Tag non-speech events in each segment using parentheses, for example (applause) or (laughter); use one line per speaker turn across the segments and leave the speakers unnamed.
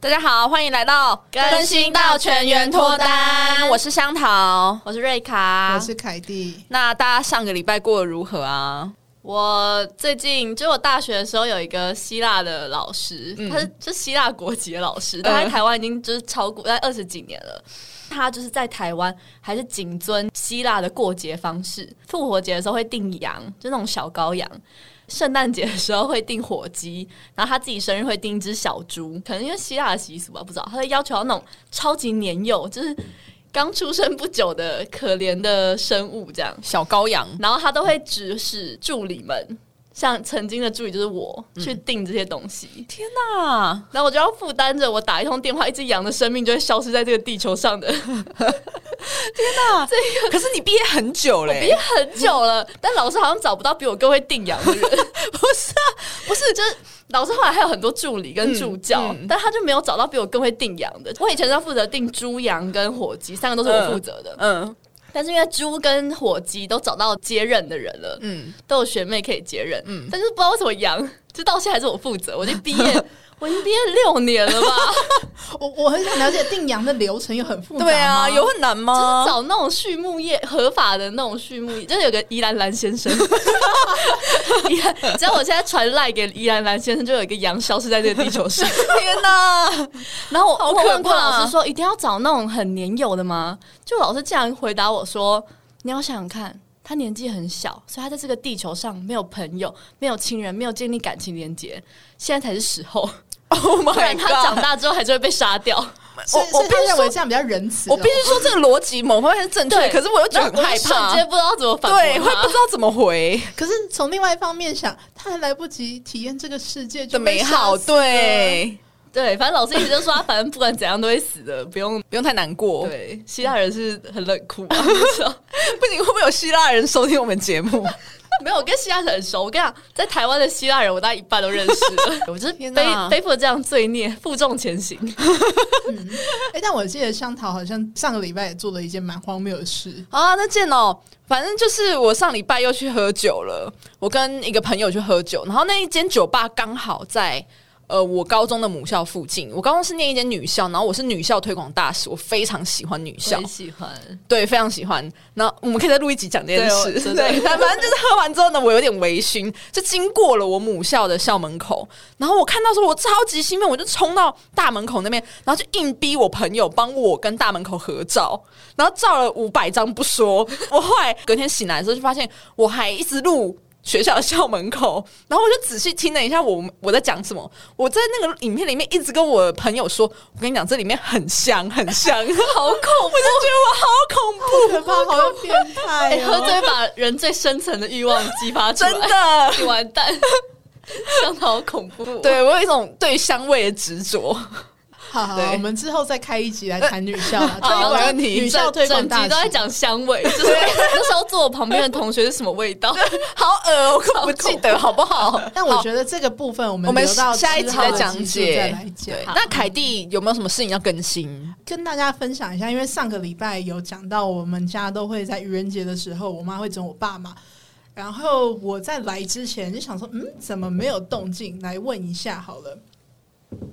大家好，欢迎来到
更新到全员脱单
我是香桃，我是瑞卡
我。是凯蒂，
那大家上个礼拜过得如何啊？
我最近就我大学的时候有一个希腊的老师，他是就希腊国籍的老师，但他在台湾已经就是超过在二十几年了。他就是在台湾还是谨遵希腊的过节方式，复活节的时候会订羊，就那种小羔羊；圣诞节的时候会订火鸡，然后他自己生日会订一只小猪。可能因为希腊的习俗吧，不知道。他会要求要那种超级年幼，就是刚出生不久的可怜的生物这样。
小羔羊，
然后他都会指使助理们，像曾经的助理就是我去订这些东西，
天哪！
然后我就要负担着我打一通电话，一只羊的生命就会消失在这个地球上的，
可是你毕业很久嘞、
也很久了。但老师好像找不到比我更会订羊的人， (laughs)
不是啊，
不是，就是老师后来还有很多助理跟助教，但他就没有找到比我更会订羊的。我以前是负责订猪、羊跟火鸡，三个都是我负责的，
嗯，
但是因为猪跟火鸡都找到接任的人了，
嗯，
都有学妹可以接任，
嗯
但就是不知道为什么羊，就到现在还是我负责。我就毕
(laughs)
业，我已经毕业六年了吧，
我我很想了解定阳的流程有很复杂吗
对啊，有很难
就是
吗？
找那种畜牧业合法的那种畜牧业，就是有个宜兰兰
(laughs)
先生，宜兰，只要我现在传赖给宜兰兰先生，就有一个羊消失在这个地球上。
天哪，
然后我
好
我
可怕啊
问过老师说，一定要找那种很年幼的吗？就老师竟然回答我说，你要想想看。他年纪很小，所以他在这个地球上没有朋友、没有亲人、没有建立感情连接，现在才是时候。
！Oh
不然
my
他长
god！
大之后还是会被杀掉。
所以
我
所以
我必
他
须
认为
说
这样比较仁慈哦。
我必须说，这个逻辑某方面是正确的，可是我又觉得很害
然后我就瞬
怕
间，不知道怎么反驳
对，会
他
不知道怎么回
可是从另外一方面想，他还来不及体验这个世界就
的
被
美好，
杀死了，
对，
对，反正老师一直就说他，反正不管怎样都会死的，不用。
不用太难过。
对，希腊人是很冷酷、 (laughs) 啊，
不仅会不会有希腊人收听我们节 (laughs) 目？
没有，我跟希腊人很熟。我跟你讲，在台湾的希腊人，我大概一半都认识了。 (laughs) 我就是
天
背
哪
背负了这样罪孽，负重前行。
哎、但我记得香桃好像上个礼拜也做了一件蛮荒谬的事，
啊，那见哦，反正就是我上礼拜又去喝酒了，我跟一个朋友去喝酒，然后那一间酒吧刚好在。呃，我高中的母校附近，我高中是念一间女校，然后我是女校推广大使，我非常喜欢女校
我也，喜欢，
对，非常喜欢。然后我们可以再录一集讲这件
对我
事， (laughs)
真的
对，但反正就是喝完之后呢，我有点微醺，就经过了我母校的校门口，然后我看到说，我超级兴奋，我就冲到大门口那边，然后就硬逼我朋友帮我跟大门口合照，然后照了五百张不说， (laughs) 我后来隔天醒来的时候就发现我还一直录。学校的校门口，然后我就仔细听了一下我我在讲什么。我在那个影片里面一直跟我的朋友说，我跟你讲，这里面很香，很香， (laughs) 好恐怖，我就觉得我好恐怖，
可怕，好像变态、
哎、
哦
喝醉把人最深层的欲望激发出来，
真的，
你 (laughs) 完蛋，香桃好恐怖、哦。
(laughs) 对我有一种对香味的执着。
好好，
对
我们之后再开一集来谈女校啊，
(laughs)
推
好
广
没问题
整
女校推广
整
大
集
使
都在讲香 (laughs) 味，就是那时候坐我旁边的同学是什么味道？
(laughs) 好恶，我根本不记得，好不好？
但我
好
觉得这个部分我们
我们
留到
下一
之
集
后
再
的
讲
集数
解
再来讲。
(laughs) 对，那凯蒂有没有什么事情要更新？
跟大家分享一下，因为上个礼拜有讲到，我们家都会在愚人节的时候，我妈会整我爸嘛。然后我在来之前就想说，嗯，怎么没有动静？来问一下好了。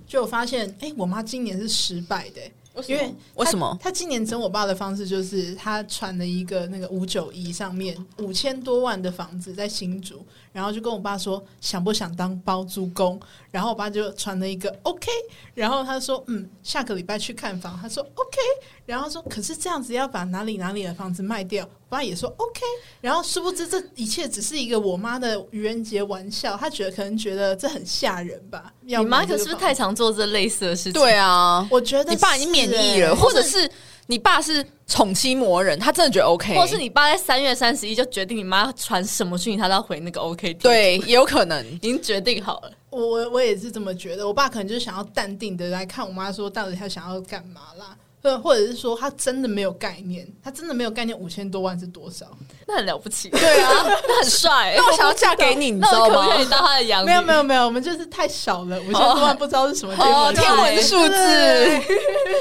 就发现，哎、我妈今年是失败的、 (laughs) 因为
为什么？
她今年整我爸的方式就是，她传了一个那个五九一上面五千多万的房子在新竹，然后就跟我爸说想不想当包租公，然后我爸就传了一个 OK，然后他说嗯，下个礼拜去看房，他说 OK，然后他说可是这样子要把哪里哪里的房子卖掉，我爸也说 OK，然后殊不知这一切只是一个我妈的愚人节玩笑，她觉得可能觉得这很吓人吧，要
你妈
买这
可
个
是不是
房
太常做这类似的事情？
对啊，
我觉得
你爸已经免疫
是欸
了，或者是你爸是宠妻魔人，他真的觉得 OK，
或是你爸在三月三十一就决定你妈传什么讯息，他都要回那个 OK 贴，
对，也有可能。
已经决定好了。
我我我也是这么觉得，我爸可能就是想要淡定的来看我妈说到底她想要干嘛啦，或或者是说他真的没有概念，他真的没有概念五千多万是多少。
哦
那很了不起，
对啊，
(laughs) 那很帅、
(laughs) 那我想要嫁给你，你知
(laughs) 那
道
我可不
吗
可？以当他的养女？
没有没有没有，我们就是太少了，五千多万不知道是什么天
哦，
文
天文数
对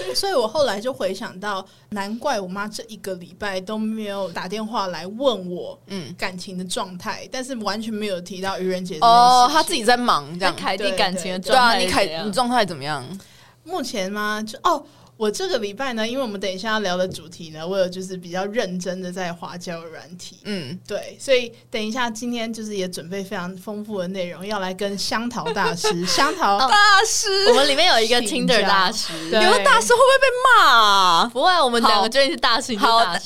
字，
(laughs) 所以我后来就回想到，难怪我妈这一个礼拜都没有打电话来问我
嗯，
感情的状态，但是完全没有提到愚人节这件事情
哦，他自己在忙这
那
样。
凯蒂
对
感情的
对
对
状
啊，
态
你
是
凯
怎样，
你状态怎么样？
目前吗？就哦，我这个礼拜呢，因为我们等一下要聊的主题呢，我有就是比较认真的在花椒软体。
嗯，
对，所以等一下，今天就是也准备非常丰富的内容，要来跟香桃大
(laughs)
师香桃
哦
大师，
我们里面有一个
请
Tinder
教
大师，
对
有的大师会不会被骂啊？
不会，我们两
好
个就一是大师，你是
好
大师，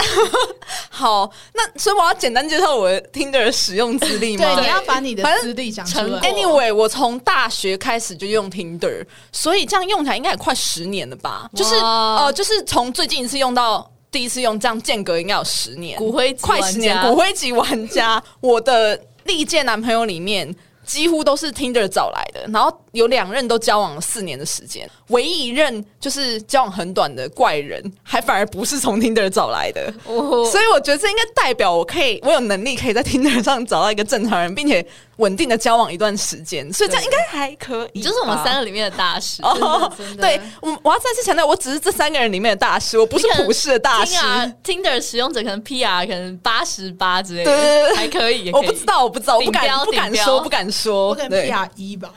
好，那所以我要简单介绍我的 Tinder 的使用资历吗？
对，你要把你的
反正
资历讲出
成
来。
果
Anyway，我从大学开始就用 Tinder，所以这样用起来应该也快十年了吧？就是
哇
呃，就是从最近一次用到第一次用，这样间隔应该有十年，
骨灰
(laughs)
级
快
玩
十年，
家
骨灰级玩家。我的历届男朋友里面。几乎都是 Tinder 找来的，然后有两任都交往了四年的时间，唯一一任就是交往很短的怪人，还反而不是从 Tinder 找来的。
哦
我
(laughs) 所以我觉得这应该代表我可以，我有能力可以在 Tinder 上找到一个正常人，并且稳定的交往一段时间，所以这样应该还可以。
你就是我们三
个。
个里面的大师。
哦
真的真，的
对，我我要再次强调，我只是这三个人里面的大师，我不是普世的大师。
Tinder Tinder 使用者可能 PR 可能八十八之类
对
的，
对对对
还可以，也可
我
以
不知。道，我不知道，我不
顶
敢，
标
不敢
顶标
说，不敢说
我。可能
对
PR 一吧，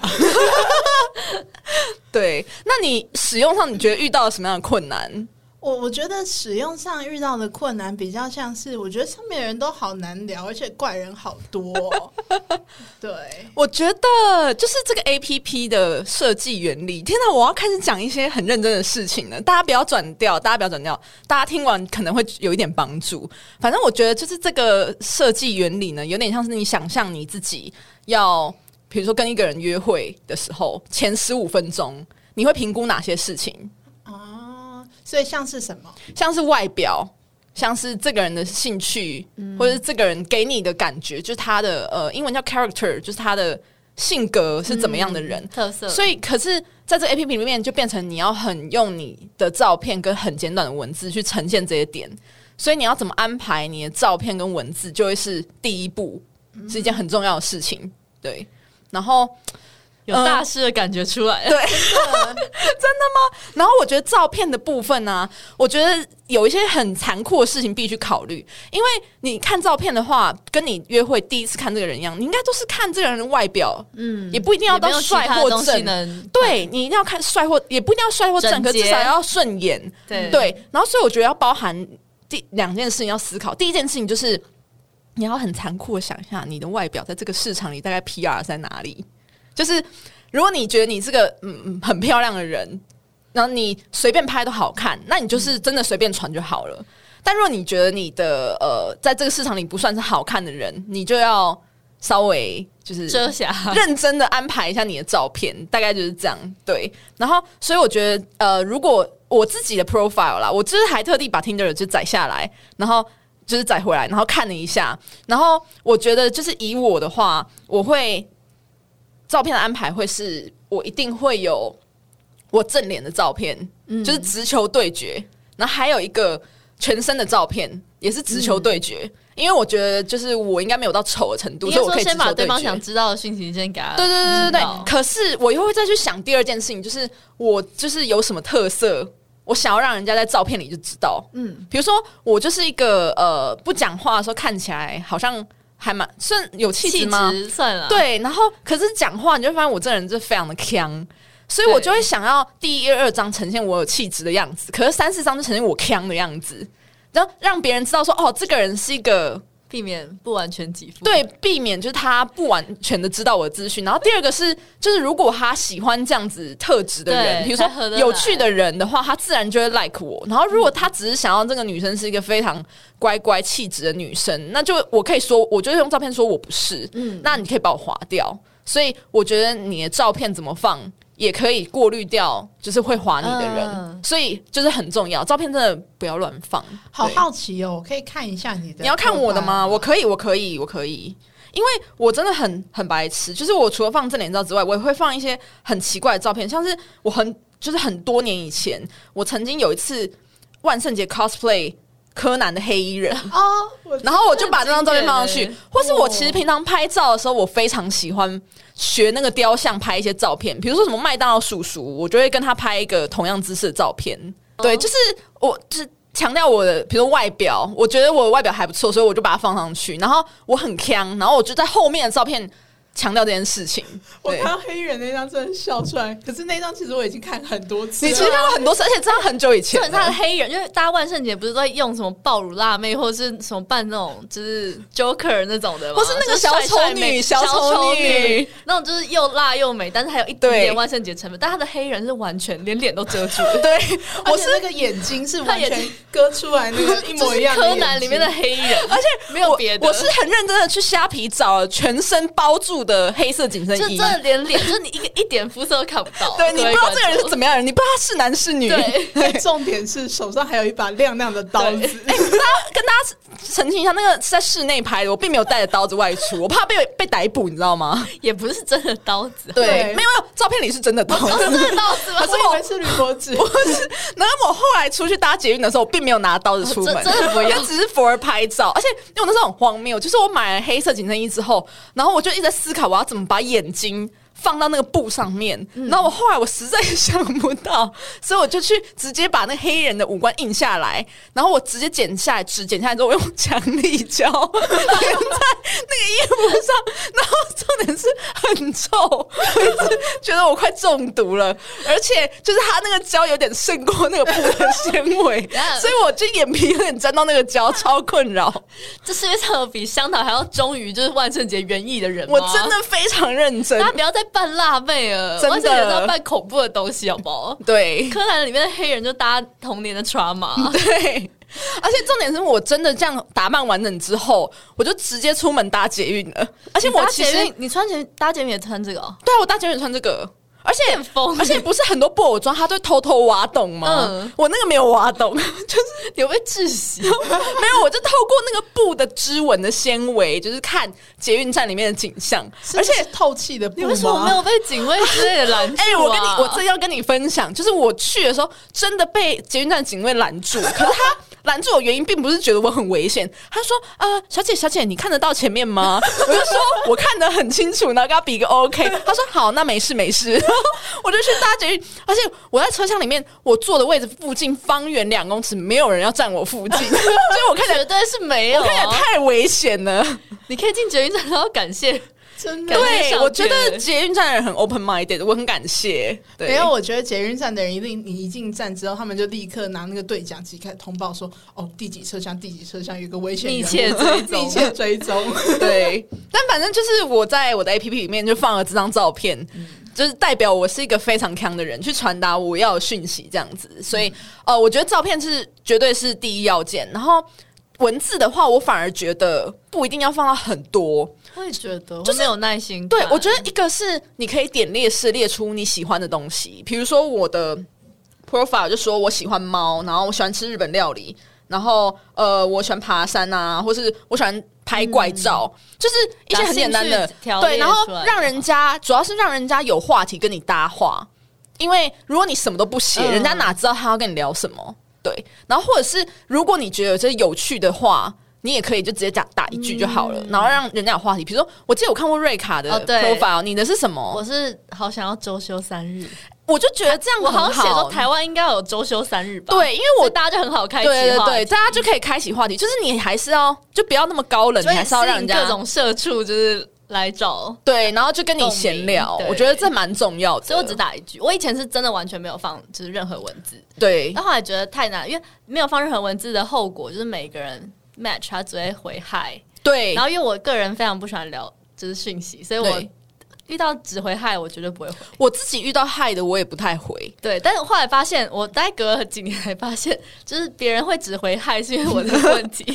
对，那你使用上你觉得遇到了什么样的困难？
(laughs) 我我觉得使用上遇到的困难比较像是，我觉得上面的人都好难聊，而且怪人好多
(laughs)
哦、对，
我觉得就是这个 A P P 的设计原理。天哪，我要开始讲一些很认真的事情了。大家不要转掉，大家不要转掉，大家听完可能会有一点帮助。反正我觉得就是这个设计原理呢，有点像是你想象你自己要，比如说跟一个人约会的时候，前十五分钟你会评估哪些事情，
哦，所以像是什么？
像是外表。像是这个人的兴趣，或者是这个人给你的感觉，就是他的呃，英文叫 character，就是他的性格是怎么样的人。
特色，
所以，可是在这个 A P P 里面，就变成你要很用你的照片跟很简短的文字去呈现这些点，所以你要怎么安排你的照片跟文字，就会是第一步，是一件很重要的事情。对，然后，
有大师的感觉出来。
呃对，然后我觉得照片的部分呢、啊我觉得有一些很残酷的事情必须考虑，因为你看照片的话，跟你约会第一次看这个人一样，你应该都是看这个人的外表，
嗯
也不一定要
也没
到
有其
帅
他
或
东西
正啊
能
对你一定要看帅或，也不一定要帅或正，
整
可至
洁
少要顺眼。
对
对，然后所以我觉得要包含第两件事情要思考。第一件事情就是你要很残酷的想一下，你的外表在这个市场里大概 PR 在哪里？就是如果你觉得你是个嗯嗯很漂亮的人，然后你随便拍都好看，那你就是真的随便传就好了。但如果你觉得你的呃在这个市场里不算是好看的人，你就要稍微就是
遮瑕，
(laughs) 认真的安排一下你的照片，大概就是这样。对，然后所以我觉得，呃，如果我自己的 profile 啦，我就是还特地把 Tinder 就载下来，然后就是载回来，然后看了一下，然后我觉得就是以我的话，我会照片的安排会是我一定会有我正脸的照片，
嗯
就是直球对决，然后还有一个全身的照片，也是直球对决。因为我觉得，就是我应该没有到丑的程度，
应
所以
该
我
说
可以
先
直球
把
对
对方
决
想知道的讯息先给他。
对对对对
知
对
道。
可是我又会再去想第二件事情，就是我就是有什么特色，我想要让人家在照片里就知道。嗯，比如说我就是一个呃不讲话的时候看起来好像还蛮算有气质
气
吗？
质算了，，
对，然后可是讲话你就会发现我这个人就是非常的腔。所以我就会想要第一、二张呈现我有气质的样子，可是三四张就呈现我腔的样子，然后让别人知道说，哦，这个人是一个
避免不完全给付。
对，避免就是他不完全的知道我的资讯。然后第二个是，就是如果他喜欢这样子特质的人，
对
比如说
他合得来
有趣的人的话，他自然就会 like 我。然后如果他只是想要这个女生是一个非常乖乖气质的女生，那就我可以说，我就用照片说我不是，嗯，那你可以把我划掉。所以我觉得你的照片怎么放，也可以过滤掉，就是会划你的人。
嗯
所以就是很重要，照片真的不要乱放。
好
对
好奇哦，我可以看一下你的。
你要看我的吗？？我可以，我可以，我可以，因为我真的很很白痴。就是我除了放正脸照之外，我也会放一些很奇怪的照片，像是我很就是很多年以前，我曾经有一次万圣节 cosplay 柯南的黑衣人。
哦，我
然后我就把这张照片放上
很
去
经典，
或是我其实平常拍照的时候，我非常喜欢学那个雕像拍一些照片，比如说什么麦当劳叔叔，我就会跟他拍一个同样姿势的照片。对，就是我就是强调我的，比如说外表，我觉得我的外表还不错，所以我就把它放上去。然后我很强，然后我就在后面的照片。强调这件事情。
我
对
看，到黑人那张真的笑出来，可是那张其实我已经看很多次
你
了。
其实看过很多次，而且这样很久以
基
前
本
了
上黑人，因为大家万圣节不是都在用什么爆乳辣妹，或者是什么扮那种就是 Joker 那种的吗，
或是那个
就帅
小
帅
丑女
妹
小
小
丑女
女那种，就是又辣又美，但是还有一点
对
点万圣节成分。但他的黑人是完全连脸都
(laughs)
遮住的，
对，
我
我
是
是
那个眼睛是完
他眼
全
睛
割出来那
(laughs)
个一
就
模
是
一样的眼
柯
睛。
南里面的黑
(laughs)
人，而且没有
我
别的，
我是很认真的去虾皮找了全身包住的黑色紧身
就
衣
真。的连脸，就是你一个一点肤色都看不到。
(laughs) 对你不知道这个人是
么。
怎么样的人，你不知道他是男是女。 (laughs)
对，
重点是手上还有一把亮亮的刀子，
跟大家澄清一下，那个是在室内拍的，我并没有带着刀子外出，我怕被被逮捕，你知道吗？
哎也不是真的刀子，
对， (laughs)
对
没有没有，照片里是真的刀
哦，
子。
真的刀子吗？
我以为是铝箔纸。
不是，然 (laughs) 后我后来出去搭捷运的时候，我并没有拿刀子出门，
哦真真的不
(laughs) 用，只是偶尔拍照。而且因为我那时候很荒谬，就是我买了黑色紧身衣之后，然后我就一直在思考我要怎么把眼睛。放到那个布上面，
嗯
然后我后来我实在是想不到，所以我就去直接把那黑人的五官印下来，然后我直接剪下来，纸剪下来之后，我用强力胶粘在那个衣服上， (laughs) 然后重点是很臭，我一直觉得我快中毒了，而且就是它那个胶有点胜过那个布的纤维
(laughs) 等一，下
所以我就眼皮有点沾到那个胶，超困扰。
这世界上有比香桃还要忠于就是万圣节原意的人吗？
我真的非常认真
大，家不要再扮辣妹了，
真的
万圣节都要扮恐怖的东西，好不好？ (laughs)
对
柯南里面的黑人就大家童年的 trauma，
对。而且重点是我真的这样打扮完整之后，我就直接出门搭捷运了。而且我 (laughs)
搭
其
捷
实
运你穿前搭捷运也穿这
(laughs)
个、哦，
对啊，我搭捷运穿这个，而且
很疯
而且不是很多布偶装，它都会偷偷挖洞吗？
嗯
我那个没有挖洞， (laughs) 就是
你会被窒
(laughs)
息。
没有，我就透过那个布的织纹的纤维，就是看捷运站里面的景象，
是
而且。
是透气的布
你为什么没
吗？
有被警卫之类的拦住、啊？
(laughs) 哎、我跟你，我真要跟你分享，就是我去的时候，真的被捷运站警卫拦住。可是他拦住我原因，并不是觉得我很危险，他说：“呃，小姐，小姐，你看得到前面吗？”我就说：“我看得很清楚。”然后跟他比个 OK。他说：“好，那没事没事。” (laughs) 然后我就去搭捷运，而且我在车厢里面，我坐的位置附近方圆两公尺，没有人要站我附
(laughs)
近， (laughs) 所以我看起来
绝对是没有、
我
啊，
看起来太危险了。
你可以进捷运站，然后
(laughs)
感谢
真
感
的
觉
对，
上
我觉
街
得
了
捷运站的人很 open minded，我很感谢。对，
没有，我觉得捷运站的人一定，你一进站之后，他们就立刻拿那个对讲机开始通报说：“哦，第几车厢，第几车厢有个危险人物，
密切追踪
(laughs) 密切追踪。
对，但反正就是我在我的 A P P 里面就放了这张照片，就是代表我是一个非常强的人，去传达我要的讯息这样子。所以，呃，我觉得照片是绝对是第一要件。然后文字的话，我反而觉得不一定要放到很多。
我也觉得，就是没有耐心看。
对，我觉得一个是你可以点列式列出你喜欢的东西，比如说我的 profile 就说我喜欢猫，然后我喜欢吃日本料理，然后呃，我喜欢爬山啊，或是我喜欢拍怪照，就是一些很简单
嗯把
的
兴趣条
对，
列
然后
出来
让人家主要是让人家有话题跟你搭话，因为如果你什么都不写，
嗯
人家哪知道他要跟你聊什么？对，然后或者是如果你觉得这有趣的话。你也可以就直接打打一句就好
嗯
了，然后让人家有话题。比如说，我记得我看过瑞卡的
哦对
profile，、你的是什
我
么？
是好想要周休三日，
我就觉得这样
我好像
很
写说
好。
台湾应该有周休三日吧？
对，因为
所
我
以大家就很好开
对
启
对
话
对，
题
大家就可以开启话题，就是你还是要就不要那么高冷，你
所以
还是要让人
吸
家
引各种社畜就是来找。
对，然后就跟你
共鸣
闲聊，
对
我觉得这蛮重要的。
所以我只打一句，我以前是真的完全没有放，就是任何文字。
对
但后来觉得太难，因为没有放任何文字的后果就是每个人 match 他只会回 hi，
对
然，后因为我个人非常不喜欢聊就是讯息，所以我
对
遇到只回 hi 我绝对不会回。
我自己遇到害的我也不太回，
对，但是后来发现，我大概隔了几年才发现，就是别人会只回嗨，是因为我的问
(laughs)
题，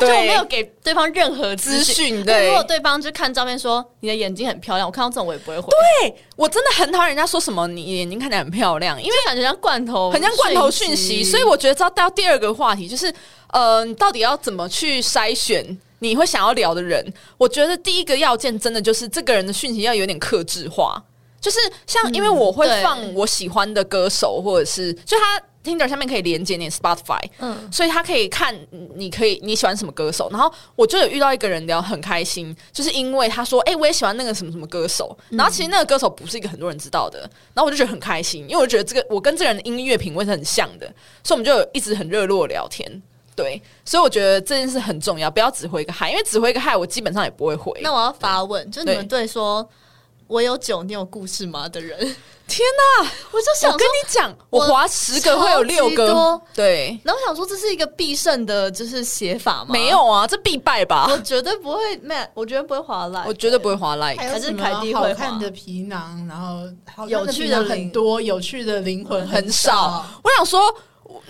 就我没有给对方任何
资
资讯。
讯
如
对
果。对方就看照片说你的眼睛很漂亮，我看到这种我也不会回，
对，我真的很讨厌人家说什么你眼睛看起来很漂亮，因为
因为感觉像罐头，
很像罐头讯息，所以我觉得要到第二个话题，就是呃，你到底要怎么去筛选你会想要聊的人？我觉得第一个要件真的就是这个人的讯息要有点克制化，就是像因为我会
对
放我喜欢的歌手，或者是就他 Tinder 下面可以连接你的 Spotify，
嗯，
所以他可以看你可以你喜欢什么歌手，然后我就有遇到一个人聊很开心，就是因为他说，哎、我也喜欢那个什么什么歌手，然后其实那个歌手不是一个很多人知道的，然后我就觉得很开心，因为我觉得这个我跟这个人的音乐品味是很像的，所以我们就有一直很热络地聊天。对，所以我觉得这件事很重要，不要只回一个哎嗨，因为只回一个嗨，我基本上也不会回。
那我要发问，就是你们对说“我有酒，你有故事吗”的
(laughs)
人，
天哪、
我就想
我跟
说，
你讲，
我
我划十个会有六
超级
个
多，
对，
然后我想说这是一个必胜的，就是写法吗？
没，有啊，这必败吧？
我绝对不会 m a 我绝对不会划烂，
我绝对不会划 like。
还
可
有
是
什么
凯蒂会
好
吗
看的皮囊，然后好看
有趣的
皮囊很
灵
多，有趣的灵魂
很
少
少。。我想说，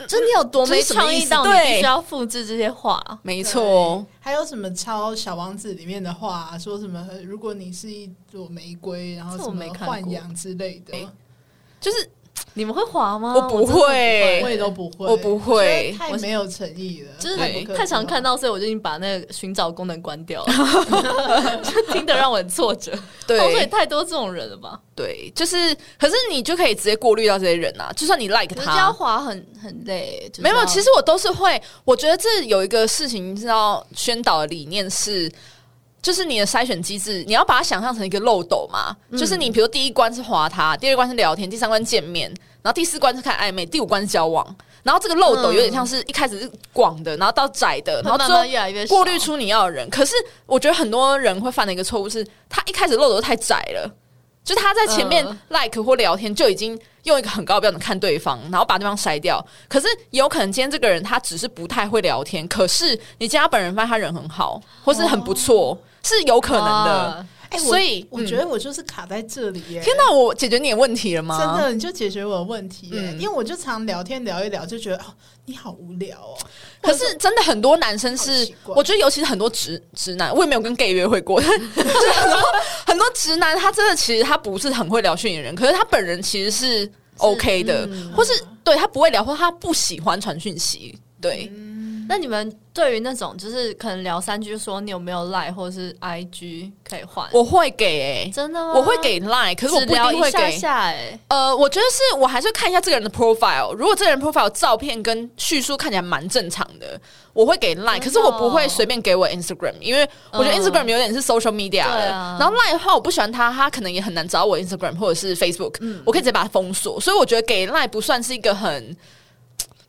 真的有多
这
没
是什么
创
意
意
思
到你
对
必须要复制这些话？
没
没
哦
错，，
还有什么抄《小王子》里面的话、啊说什么？呃如果你是一朵玫瑰，然后
这
什
我没
么
看过
豢养之类的，
就是
你们会划吗？
我不
哦真的不
会
我也都不会，
我不
觉
会
得，太没有诚意了，
就是
对
太太常看
到。
到，所以我就已经把那个寻找功能关掉了，
(laughs)
(laughs) 就听得让我很挫折。哦所以
对
太多这种人了吧？
对，就是，可是你就可以直接过滤到这些人啊，就算你 like
可是这样
他。
滑很很累。就是
没有，
要
其实我都是会。我觉得这有一个事情是要宣导的理念是，就是你的筛选机制，你要把它想象成一个漏斗嘛。
嗯
就是你比如第一关是划他，第二关是聊天，第三关见面，然后第四关是看暧昧，第五关是交往。然后这个漏斗有点像是一开始是广的，然后到窄的，然后
会嗯慢
最后
慢越来越少
过滤。出你要的人。可是我觉得很多人会犯的一个错误是，他一开始漏斗太窄了，就他在前面
嗯
like 或聊天就已经用一个很高的标准看对方，然后把对方筛掉。可是有可能今天这个人他只是不太会聊天，可是你见他本人发现他人很好，或是很不错，
哦
是有可能的。
啊
哎、我
所以
我觉得我就是卡在这里耶、
天哪，我解决你的问题了吗？
真的，你就解决我的问题耶、
嗯
因为我就常聊天聊一聊，就觉得哦，你好无聊哦。
可是真的很多男生
好
是
奇，怪
我觉得尤其是很多直直男，我也没有跟 gay 约会过，但 (laughs) 就是很多很多直男，他真的其实他不是很会聊讯息的人，可是他本人其实是 OK 的，
嗯
或是对他不会聊，或他不喜欢传讯息，对，
嗯那你们对于那种就是可能聊三句就说你有没有 Line 或者是 IG 可以换？
我会给诶、
真的吗？
我会给 line，可是我
只
不一
聊
定会
一
给。
下下哎，
呃，我觉得是我还是看一下这个人的 profile。如果这个人 profile 照片跟叙述看起来蛮正常的，我会给 line，、
真的哦
可是我不会随便给我 Instagram，因为我觉得
嗯
Instagram 有点是 social media
对
了。
啊
然后 line 的话，我不喜欢他，他可能也很难找我 Instagram 或者是 Facebook，、我
嗯
可以直接把它封锁。所以我觉得给 line 不算是一个很。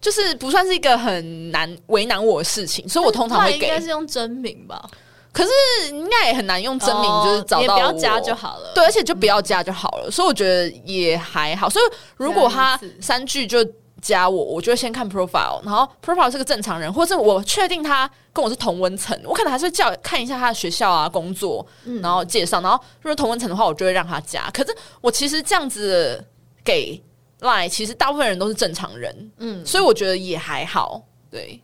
就是不算是一个很难为难我的事情，所以我通常会
Line
给
应。该是用真名吧？
可是应该也很难用真名，
哦
就是找
也
到
不要
我
加就好了。
对，而且就不要加就好了。所以我觉得也还好。所以如果他
原来如此
三句就加我，我就会先看 profile，然后 profile 是个正常人，或者我确定他跟我是同温层，我可能还是会叫看一下他的学校啊、工作，
嗯
然后介绍。然后如果同温层的话，我就会让他加。可是我其实这样子给 line，其实大部分人都是正常人，
嗯，
所以我觉得也还好。对。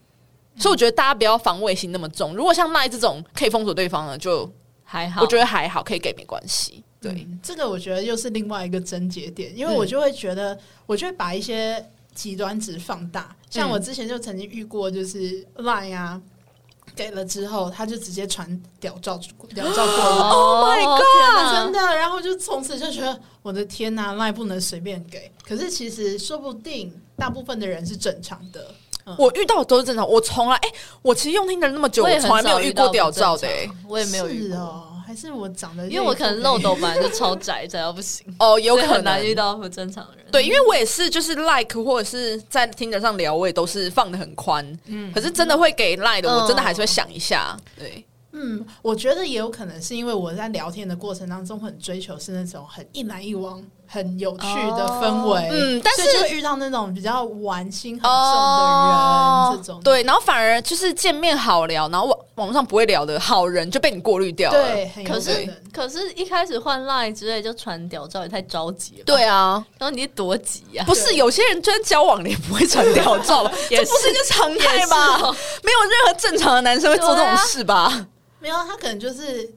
所以我觉得大家不要防卫心那么重。如果像 Line 这种可以封锁对方的，就
还好。
我觉得还好，可以给没关系。对，
嗯这个我觉得又是另外一个症结点，因为我就会觉得，我就会把一些极端值放
嗯
大。像我之前就曾经遇过，就是 Line 啊，给了之后，他就直接传屌照屌照过来。
Oh
哦 my god！
真的，然后就从此就觉得我的天呐、赖不能随便给。可是其实说不定大部分的人是正常的，
我遇到的都是正常，我从来哎、我其实用听的那么久，
嗯我
我
也很
从来没有
少
遇
到
过
不
屌照的、
正
哎
常我也没有遇
是
过，
哦，还是我长得，
因为我可能漏斗本来就超
(laughs)
窄，窄到不行，
哦，有
所以
可
很难遇
能。
到不正常的人。
对，因为我也是，就是 like 或者是在 Tinder 上聊，我也都是放的很宽，嗯，可是真的会给 like 的，
嗯
我真的还是会想一下，对，
嗯，我觉得也有可能是因为我在聊天的过程当中很追求是那种很一来一往、很有趣的氛围，
嗯但是
所以就会遇到那种比较玩心很重的人，
哦
这种
对，然后反而就是见面好聊，然后网网络上不会聊的好人就被你过滤掉了，
对，很有
可
可
是
能。
可是一开始换 line 之类就传屌照也太着急了吧，
对啊，
然后你多急呀、
不是有些人就算交往了也不会传屌照吧，这
(laughs) 也
不是一个常态
(laughs)
吧？
也是哦啊
没有任何正常的男生会做这种事吧？
没有，啊他可能就是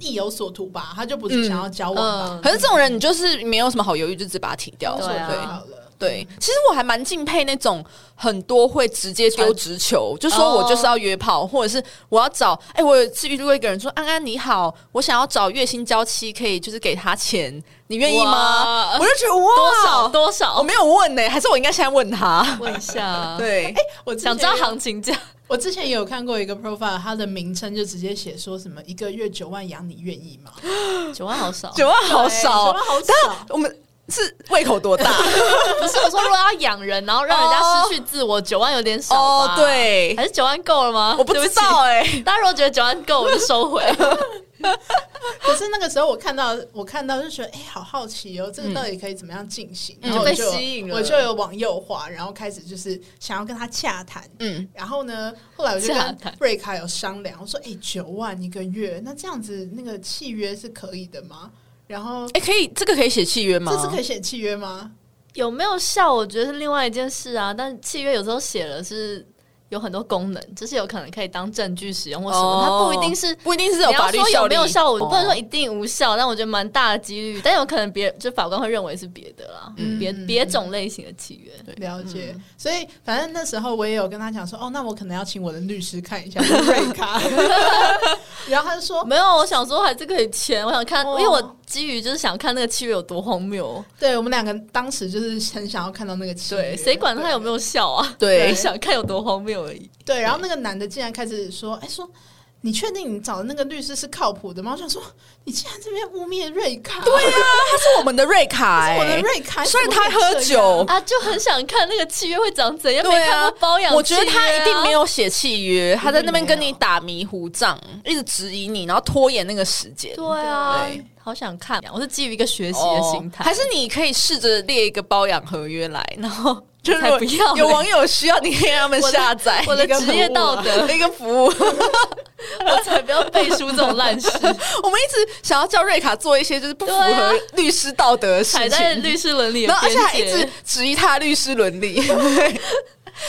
意有所图吧，他就不是想要交往吧，
嗯
可是这种人，你就是没有什么好犹豫，就直接把它停掉。
嗯
有所
对
图
啊
好了。
对，其实我还蛮敬佩那种很多会直接丢直球，就说我就是要约炮，或者是我要找。哎、我有一次遇到一个人说：“安安你好，我想要找月薪娇妻，可以就是给他钱，你愿意吗？”
哇
我就觉得哇，
多少多少，
哦我没有问呢、还是我应该现在问他？
问一下，，
对，
我之前
想知道
有
行情价，
我之前也有看过一个 profile，它的名称就直接写说什么一个月九万养你愿意吗？哎
九万好少，
九万好少哦
对九万好少。
我们是胃口多大？
不是我说，如果要养人，然后让人家失去自我，九万有点少吧
哦对
还是九万够了
(laughs)
吗？
我不
对
知
起
道。哎、
大家如果觉得九万够，我就收回。
可是那个时候我看到，我看到就觉得，哎、好好奇哦，这个到底可以怎么样进行？
嗯
然后
就
我
被吸引了
我就有往右滑，然后开始就是想要跟他洽谈。
嗯，
然后呢，后来我就
洽
跟
谈
瑞卡有商量，我说，哎、九万一个月，那这样子那个契约是可以的吗？然后
哎、可以这个可以写契约吗？
这次可以写契约吗？
(laughs) 有没有效？我觉得是另外一件事啊。但契约有时候写了是有很多功能，就是有可能可以当证据使用或什么，它不一定是。
不一定哦是有
你要
法律
说
效
有
力，
没有效，我
哦
不能说一定无效，但我觉得蛮大的几率，但有可能别就法官会认为是别的啦，
嗯
别别种类型的契约。
了解，
嗯
所以反正那时候我也有跟他讲说，哦，那我可能要请我的律师
(laughs)
看一下就是瑞卡， (laughs) 然后他就说，
没有，我想说还是可以签，我想看，
哦
因为我基于就是想看那个契约有多荒谬，
对我们两个当时就是很想要看到那个契约，
对，谁管他有没有效啊？
对
(laughs) 我想看有多荒谬而已。
对，然后那个男的竟然开始说：“哎、说你确定你找的那个律师是靠谱的吗？”我想说，你竟然这边污蔑瑞卡，对呀、
他是我们的瑞卡、啊哎，
我的瑞卡，
虽然
怎么
他
会
喝
这样
酒
啊，就很想看那个契约会长怎样，
对
没看
啊
过包养、
我觉得他
啊
一定没。有写契约，他在那边跟
嗯
没
你
有
打迷糊仗，一直质疑你，然后拖延那个时间。
对啊
对，
好想看，我是基于一个学习
哦
的心态，
还是你可以试着列一个包养合约来，然后就
才
是
不要嘞
有网友需要，你可以让他们
我的
下载
我的
一个
职业
服务啊
道德
一个服务。
(laughs)
(laughs)
我才不要背书这种烂事，
我们一直想要叫瑞卡做一些就是不符
对啊
合律师道德的事
踩在
情，
律师伦理的
然后而
边
且还一直
界。
质疑他的律师伦理。 (laughs)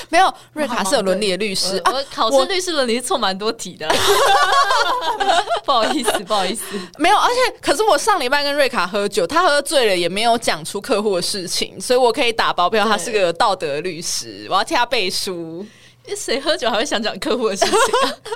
没有，瑞卡是有伦理的律师
我
啊。
我考
我
试律师伦理是错蛮多题的
(laughs)
啦， (laughs) 不好意思，不好意思。
没有，而且可是我上礼拜跟瑞卡喝酒，他喝醉了也没有讲出客户的事情，所以我可以打包票，他是个有道德的律师，我要替他背书。
谁喝酒还会想讲客户的事情、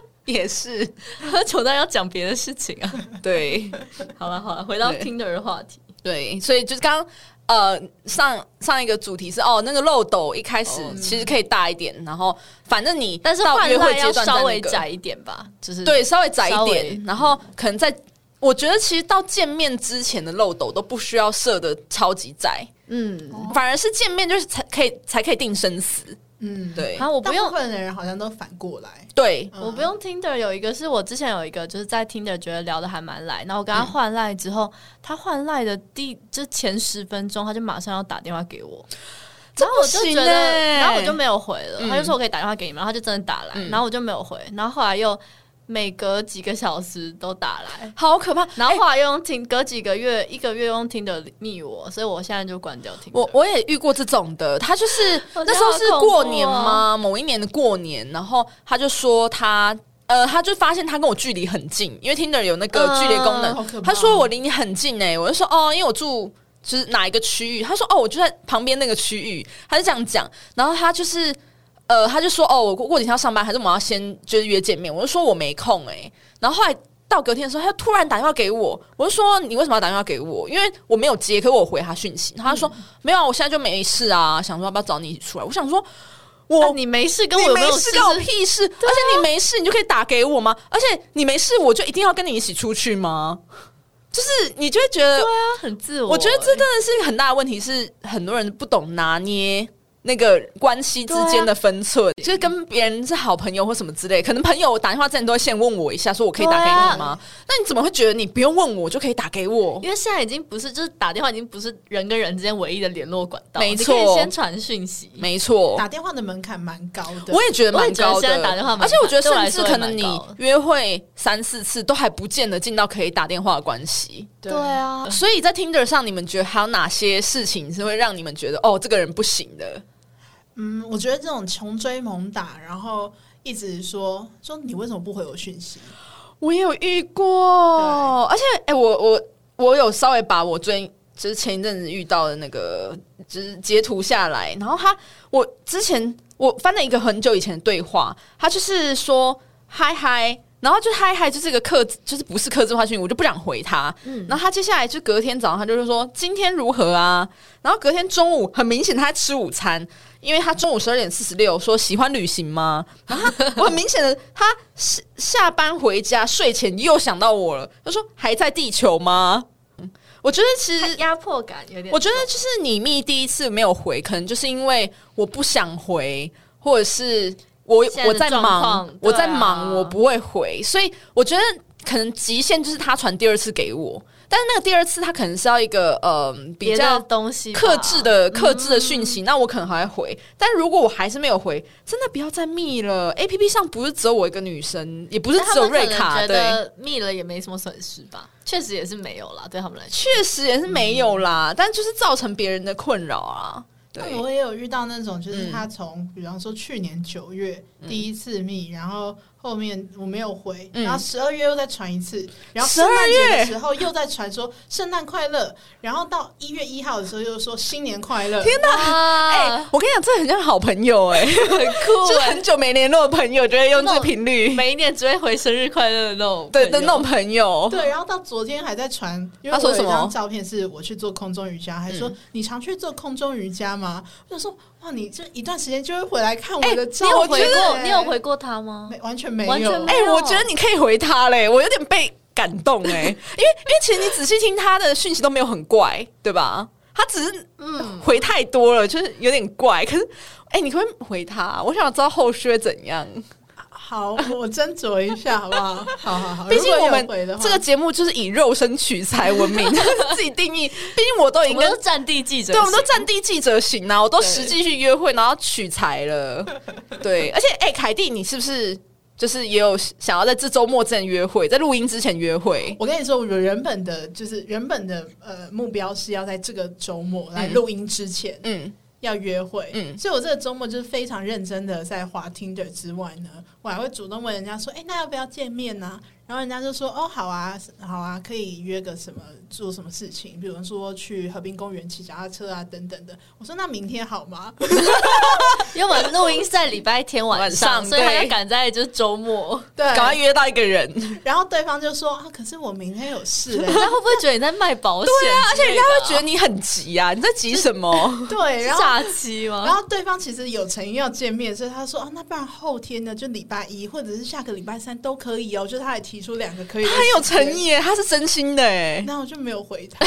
(laughs) 也是，
啊？喝酒当然要讲别的事情啊。 (laughs)
对
好了好了，回到
对
Tinder 的话题，
对，所以就是刚刚呃上上一个主题是哦那个漏斗一开始
哦
其实可以大一点，然后反正你
但是
到
换
约会
赖
阶
要
段
稍
在
微
那个
窄一点吧，就是
对，稍微窄一
稍
点
微，
然后可能在我觉得其实到见面之前的漏斗都不需要设的超级窄，
嗯，
反而是见面就是才可以才可以定生死，
嗯，
对
好，我
大
不用
部分的人好像都反过来，
对，
嗯
我不用 Tinder 有一个是我之前有一个就是在 Tinder 觉得聊的还蛮来，然后我跟他换赖之后，他换赖的第就前十分钟他就马上要打电话给我，
这
然后我
不
就
行
觉得，
欸
然后我就没有回了，
嗯
他就说我可以打电话给你们，然后他就真的打来，
嗯
然后我就没有回，然后后来又每隔几个小时都打来。
好可怕。
然后后来又用听，隔几个月一个月用听的密我，所以我现在就关掉听。
我我也遇过这种的，他就是
我觉得
那时候是
好恐怖哦
过年吗？某一年的过年，然后他就说他。呃，他就发现他跟我距离很近，因为 Tinder 有那个
嗯
距离功
好
能。
可怕
他说我离你很近哎、我就说哦，因为我住就是哪一个区域。他说哦，我就在旁边那个区域。他就这样讲，然后他就是呃，他就说哦，我过过几天要上班，还是我们要先就是约见面？我就说我没空哎、然后后来到隔天的时候，他就突然打电话给我，我就说你为什么要打电话给我？因为我没有接，可是我回他讯息，他就
嗯
说、没有啊，我现在就没事啊，想说要不要找你一起出来？我想说我。
啊你没事跟我
你
有没
没
有
事
是
干我屁事！而且你没事，你就可以打给我吗？而且你没事，我就一定要跟你一起出去吗？就是你就会觉得，
啊，很自我欸。
我觉得这真的是一个很大的问题，是很多人不懂拿捏那个关系之间的分寸，
啊
就是跟别人是好朋友或什么之类。可能朋友打电话之前都会先问我一下，说我可以打给你
啊
吗？那你怎么会觉得你不用问我就可以打给我？
因为现在已经不是，就是打电话已经不是人跟人之间唯一的联络管道，
没
你
错
可以先传讯息。
没错。
打电话的门槛蛮高的。
我也觉得蛮高
我也觉得现
的，
在打电话蛮
而且我觉得
对我来
甚
说
至
也
可能
蛮
你
高的
约会三四次都还不见得进到可以打电话的关系。
对
啊，
所以在 Tinder 上，你们觉得还有哪些事情是会让你们觉得哦，这个人不行的？
嗯，我觉得这种穷追猛打，然后一直说说你为什么不回我讯息？
我也有遇过，而且哎、诶我我我有稍微把我最就是前一阵子遇到的那个，就是截图下来，然后他我之前我翻了一个很久以前的对话，他就是说嗨嗨。然后就嗨嗨，就是一个克，就是不是克制化讯息，我就不想回他。然后他接下来就隔天早上，他就是说今天如何啊？然后隔天中午，很明显他在吃午餐，因为他中午十二点四十六说喜欢旅行吗？然后他我很明显的，他下下班回家睡前又想到我了，他说还在地球吗？嗯我觉得其实
压迫感有点重。
我觉得就是你密第一次没有回，可能就是因为我不想回，或者是我
现在的
我在
状
忙
况对，啊
我在忙，我不会回，所以我觉得可能极限就是他传第二次给我，但是那个第二次他可能是要一个呃比
别
较
的东西吧
克制
啊
的克制的讯
嗯
息，那我可能还会回。但如果我还是没有回，真的不要再密了。A P P 上不是只有我一个女生，也不是
但
只有瑞
他
卡，
们可能觉
对。
得密了也没什么损失吧？确实也是没有啦，对他们来说。
确实也是没有啦，
嗯
但就是造成别人的困扰啊。对，
但我也有遇到那种，就是
嗯
他从比方说去年九月第一次密，然后后面我没有回，
嗯
然后十二月又再传一次，然后
12
圣诞节
月
的时候又再传说圣诞快乐，然后到一月一号的时候又说新年快乐，
天哪！哎、
哎，
我跟你讲，这很像好朋友
(laughs)
哎、
很酷
就是
哎
很久没联络的朋友，就会用这频率，
每一年只会回生日快乐的那种朋
对
友，
的那种朋友。
对，然后到昨天还在传，因为
他
我
说
有一
什么
张照片是我去做空中瑜伽，还说、
嗯
你常去做空中瑜伽吗？我就说哇，你这一段时间就会回来看
哎
我的照
你
片、
有
我回过，
哎
你有回过他吗？
没？完全没有，
完全没有
哎、我觉得你可以回他嘞，我有点被感动哎、因为因为其实你仔细听他的讯息都没有很怪，对吧？他只是
嗯，
回太多了，就是有点怪。可是，哎、你可不可以回他、我想知道后续会怎样。
好，我斟酌一下，好不好？好好好，
毕竟
如
我
果有
们
回的话
这个节目就是以肉身取材闻名，自己定义。毕竟我都已
我
经
们
跟
都战地记者，
对，我们都战地记者型啊，我都
对
实际去约会，然后取材了。对，而且哎，凯蒂，你是不是就是也有想要在这周末之前约会，在录音之前约会？
我跟你说，我原本的就是原本的呃目标是要在这个周末来
嗯
录音之前
嗯，
要约会，
嗯
所以我这个周末就是非常认真的在滑 Tinder 之外呢，我还会主动问人家说，哎、那要不要见面呢、然后人家就说，哦，好啊，好啊，可以约个什么做什么事情，比如说去河滨公园骑脚踏车啊，等等的。我说那明天好吗？
因为我们录音是在礼拜天晚
晚
上，
上
所以他
对
要赶在就是周末。 (laughs)
对，
赶快约到一个人。
然后对方就说啊，可是我明天有事、 (laughs) 欸，
那会不会觉得你在卖保险之类
对 (laughs)
的
啊
啊？，
而且人家会觉得你很急啊，你在急什么？
对，然
是
后
诈欺
然
吗？
后对方其实有诚意要见面，所以他说啊，那不然后天呢，就礼拜一或者是下个礼拜三都可以哦。就他还提出两个可以，
(laughs) 他很有诚。意耶，他是真心的 (laughs) 哎，
那我就没有回他，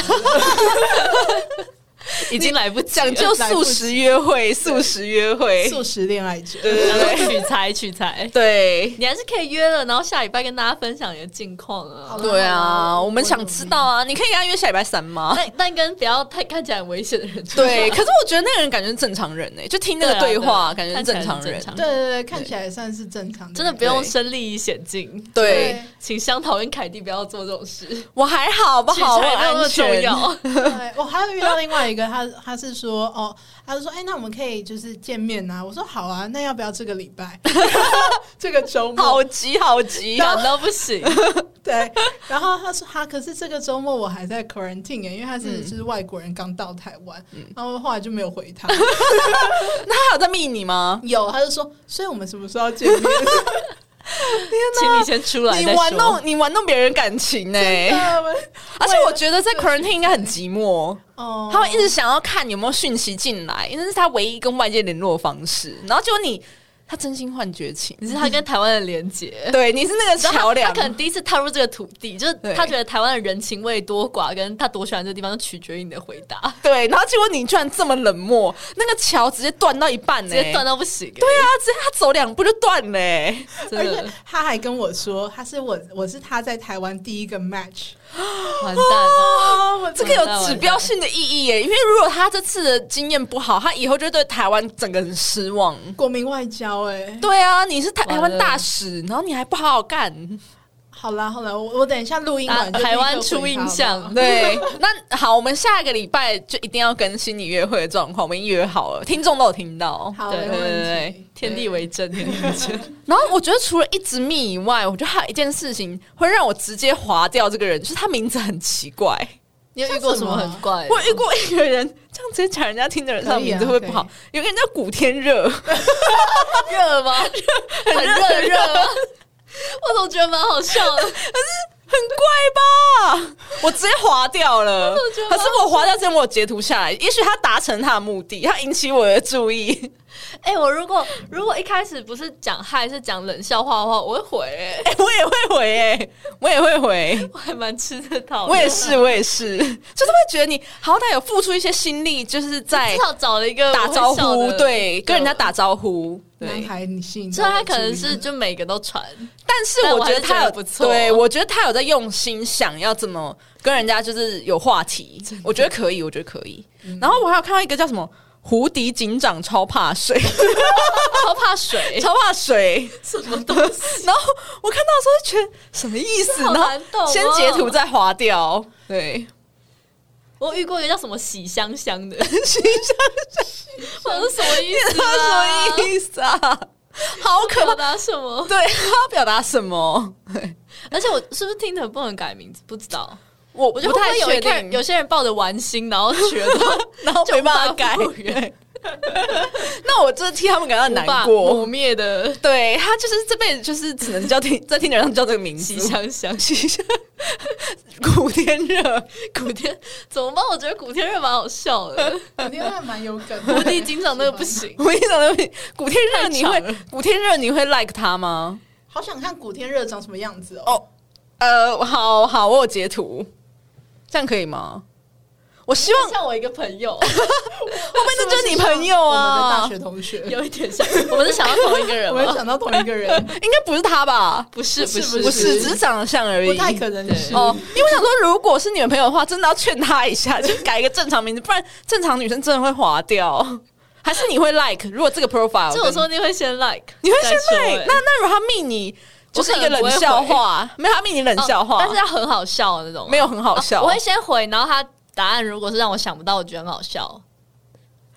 已经来不及
讲
了，
究素食约会，素食约会，
(laughs) 素食恋爱者。
对对对对
取材取材。
对。
你还是可以约了，然后下礼拜跟大家分享你的近况啊
好。
对啊，
我
我们想知道啊，你可以跟他约下礼拜三吗？
但但跟不要太看起来很危险的人出去，
(laughs) 对，可是我觉得那个人感觉是正常人哎、就听那个
对啊
对话，
对啊
感觉是
看起
正
来
常
很正
人。
常
对对对，看起来算是正常的，
真的不用身历险境。
对
请香桃跟凯蒂不要做这种事，
我还好，不哦好，我
取材那么
安全
重。要。
对，我还有遇到另外一个，他他是说哦，他就说哎、那我们可以就是见面啊。我说好啊，那要不要这个礼拜， (laughs) 这个周末？
好急，好急！
想到不行，
对，然后他说他可是这个周末我还在 quarantine 欸因为他
嗯
是、就是外国人刚到台湾，然后后来就没有
(laughs)
回他。
那他有在密你吗？
有，他就说，所以我们什么时候要见面？
(laughs) 请你先出来
啊你
再
玩
说。
弄你玩弄别人感情呢、
啊我
而且我觉得在 quarantine 应该很寂寞，
哦，
他会一直想要看有没有讯息进来，因为这是他唯一跟外界联络的方式。然后结果你，他真心换绝情，
你是他跟台湾的连接。
对，你是那个
然后
桥
他
梁
他。可能第一次踏入这个土地，就是
对
他觉得台湾的人情味多寡，跟他多喜欢这个地方，就取决于你的回答，
对，然后结果你居然这么冷漠，那个桥直接断到一半
直
呢、
接断到不行。
对啊，直接他走两步就断嘞、
真
而
的
且他还跟我说，他是我，我是他在台湾第一个 match。
完蛋了。
哦，这个有指标性的意义耶，因为如果他这次的经验不好，他以后就对台湾整个人失望。
国民外交哎、
对啊，你是台
完
台
了
湾大使，然后你还不好好干，
好啦好啦，我我等一下录音
啊
完就
台湾
立刻
出
回他
印
(laughs)
好不
象
好，
对。那好，我们下个礼拜就一定要更新你约会的状况，我们已经约好了，听众都有听到。
好，
对
没
对对
问
对
题。
天地为
(laughs)
真，天地为真。
然后我觉得除了一直密以外，我觉得还有一件事情会让我直接划掉这个人，就是他名字很奇怪。
你有遇过什么很怪的？
我遇过一个人，这样直接讲人家听的人上
可以啊
名字会不会不好。
可
有个人叫古天热，
热吗？ (laughs) 很热热吗？ (laughs) 我总觉得蛮好笑的。
很怪吧？ (laughs) 我直接划掉了
觉得。
可是我划掉之前，我有截图下来，也许他达成他的目的，他引起我的注意。
(laughs)
(laughs)
哎、我如果如果一开始不是讲嗨，是讲冷笑话的话，我会回、欸， (laughs)
哎、我也会回、哎，我也会回。
我还蛮吃这套的。
我也是，我也是，就是会觉得你好歹有付出一些心力，就是在
至少找了一个
打招
我会笑
呼，
的
对，跟人家
就
打招呼，
男
对。
孩你吸引到
虽然他
我的
可能
注意
是
力
就每个都传，
但是
但
我
我
觉
还
得
是
他
觉得
有
不错
对我觉得他有在用心想要怎么跟人家就是有话题，我觉得可以，我觉得可以。
嗯
然后我还有看到一个叫什么胡迪警长超怕水，
超怕 (laughs) 水，
超怕水，
什么东西？
然后我看到的时候就觉得什么意思？
好
然后
难懂、哦。
先截图，再划
(laughs)
掉，对，
我遇过一个叫什么喜香香 (laughs) 的，
心想
我说 (laughs) 什么意思、
他
啊？
什么意思啊？好可
表
怕！
达什么？
对他要表达什么？
而且我是不是听的不能改名字？不知道。
我
我
我
觉得
不太
会不会有
确
一看
定，
有些人抱着玩心，然后觉得
然后没办法
就无法
改
复。
对 (laughs) 那我真的替他们感到很
(laughs) 无
难
法
过，
抹灭的
对他就是这辈子就是只能叫听在听人上叫这个名字
喜，香香。
古天乐，
(laughs) 古天 (laughs) 怎么办？我觉得古天乐蛮好笑的，
肯定会哦蛮有梗
无
的。
敌警长那个不行。
我一想到古天乐，你
太长
会
了
古天乐你会 like 他吗？
(laughs) 好想看古天乐长什么样子
哦
哦！
呃，好好，我有截图，这样可以吗？我希望
(laughs) 像我一个朋友，
会不会这就是你朋友
我们的
啊
大？学同学，
有一点像。我们是 (laughs) 想到同一个人
我也
吗？
想到同一个人，
应该不是他吧？
不是，
不是
是，
不
不
是，只是长得像而已。
不太可能是。
哦，因为我想说，如果是你们朋友的话，真的要劝他一下， (laughs) 就改一个正常名字，不然正常女生真的会划掉。还是你会 like？如果这个 profile，
就我说你会先 like，
你会先
再说
like，
欸
那那如果他密你，就是一个冷笑话，没有他密你冷
哦
笑话，
但是他很好笑的那种，
没有很好笑。
哦我会先回，然后他答案如果是让我想不到，我觉得很好笑，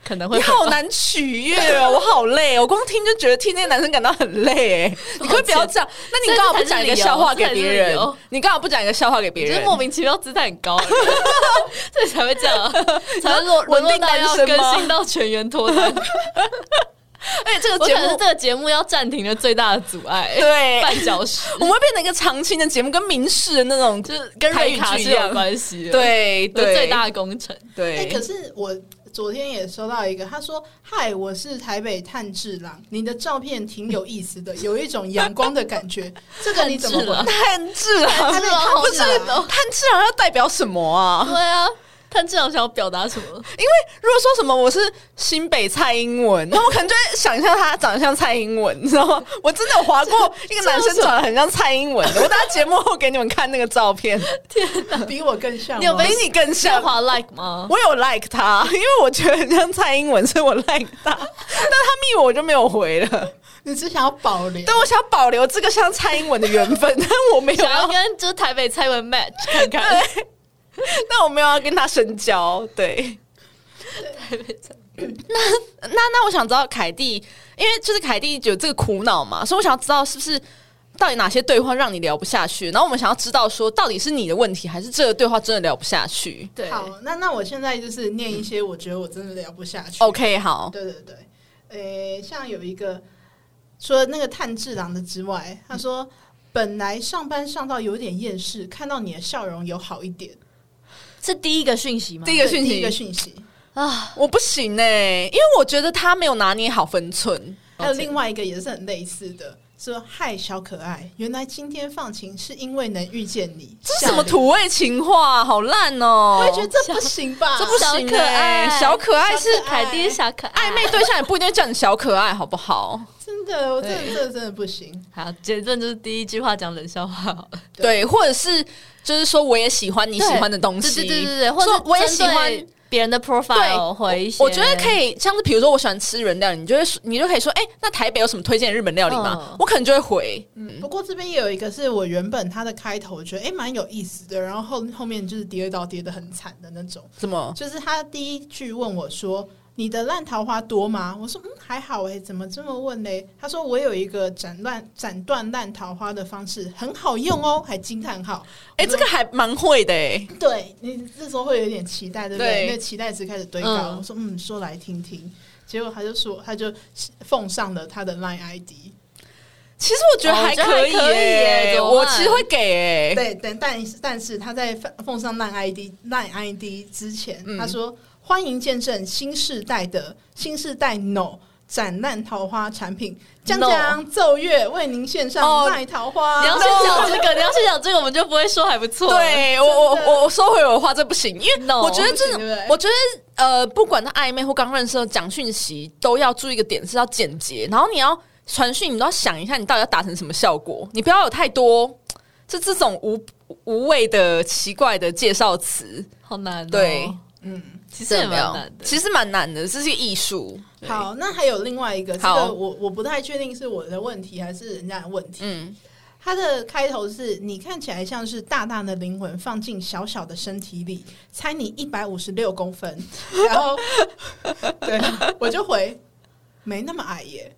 可能会
你
回
好
吧
难取悦哦，我好累哦，我光听就觉得替那个男生感到很累 (laughs) 哎。你可不可以不要这样，那你刚好不讲一个笑话给别
这才是理
人
由，
你刚好不讲一个笑话给别
就是
人，
莫名其妙姿态很 (laughs) 高，欸所以才会这样 (laughs) 啊，才会落
稳定
到
单
要
身吗
更新到全员脱 (laughs) 单。
而且这个
我
节
可能是
目
这个节目要暂停的最大的阻 (laughs) 碍，
(laughs) 对，
绊脚石
我们会变成一个常青的节目，跟民视的那种
就是跟
台
瑞
语
卡
剧
是
一样
有关系的，
对
这是
对
最大的工 (laughs) 程。
哎、
(laughs)
可
对。
是我昨天也收到一个，他说：“嗨，我是台北炭治郎，你的照片挺有意思的，有一种阳光的
(laughs)
感觉。这个你怎么
炭治郎 (laughs)
回？
炭 (laughs) 治郎，炭
炭治
郎好
不是
难哦
炭治郎要代表什么啊？
对啊，炭治郎想要表达什么？
因为如果说什么我是新北蔡英文，那我可能就会想象他长得像蔡英文，你知道吗？我真的有划过一个男生长得很像蔡英文
(laughs)
的，我等下节目后给你们看那个照片，
比我更像吗？
哦你有被
比你更
是要
像。
滑 like 吗？
(laughs) 我有 like 他，因为我觉得很像蔡英文，所以我 like
(laughs)
他。但他密我我就没有回了。
你只想要保留
对，？我想保留这个像蔡英文的缘分，但我没有
想要
要，
跟就是台北蔡文 match 看看。
(laughs) 但我没有要跟他深交。对。那那我想知道凯蒂，因为就是凯蒂有这个苦恼嘛，所以我想要知道是不是到底哪些对话让你聊不下去，然后我们想要知道说到底是你的问题，还是这个对话真的聊不下去
对，
好，那那我现在就是念一些我觉得我真的聊不下去。
？OK，好，
对对对，诶、像有一个除了那个炭治郎的之外，他说。本来上班上到有点厌世，看到你的笑容有好一点。
是第一个讯息吗？
第一个
对
讯
第一个
息，
讯息，
啊，
我不行哎、因为我觉得他没有拿捏好分寸。
还有另外一个也是很类似的，说嗨小可爱，原来今天放晴是因为能遇见你，
这是什么土味情话啊？好烂哦、
我也觉得这不行吧，
这不行
小可
哎、
爱
小可爱是
小可爱
凯蒂小可爱
暧昧对象，也不一定会叫你小可爱，好不好？
真的，我真的
对
真的真的不行。
好，结论就是第一句话讲冷笑话好了，
对，或者是就是说我也喜欢你喜欢的东西，
对对对对对，或者
说我也喜欢
针对别人的
对
profile 回一些
我觉得可以，像是比如说我喜欢吃日本料理，你就会说你就可以说，哎、那台北有什么推荐的日本料理吗？
嗯
我可能就会回，
嗯不过这边也有一个是我原本它的开头，我觉得哎诶蛮、有意思的，然后后后面就是跌倒跌得很惨的那种。
什么？
就是他第一句问我说：“你的烂桃花多吗？”我说：“嗯，还好诶、怎么这么问嘞？”他说：“我有一个斩乱斩断烂桃花的方式，很好用哦，还惊叹号。
哎、这个还蛮会的哎、
对你这时候会有点期待，对不对？
对
那期待值开始堆高。
嗯
我说：“嗯，说来听听。”结果他就说，他就奉上了他的 Line ID。
其实我觉得
哦
还
我觉得
可以
还可以
哎、
耶怎么
我
办
其实会给哎、
对，但但但是他在奉上烂 ID 烂 ID 之前，
嗯
他说欢迎见证新世代的新世代 No。展烂桃花产品，江
No
江奏乐为您献上
哦
卖桃花。
你要去讲这个，你要去讲这个，我们就不会说还不错。，
对我我
真的
我我收回我的话，这不行，因为
No，
我觉得这
不行对不对
我觉得呃，不管他暧昧或刚认识的讲讯息，都要注意一个点是要简洁，然后你要传讯，你都要想一下你到底要达成什么效果，你不要有太多 (laughs) 就这种无无谓的奇怪的介绍词，
好难、哦。
对，
嗯，
其实也蛮
真
难
的没有
的。
其实蛮难的，这是一个艺术。
好，那还有另外一个，这
好
个我我不太确定是我的问题还是人家的问题。
嗯，
它的开头是你看起来像是大大的灵魂放进小小的身体里，猜你一百五十六公 (laughs) 分，然后对我就回没那么矮耶，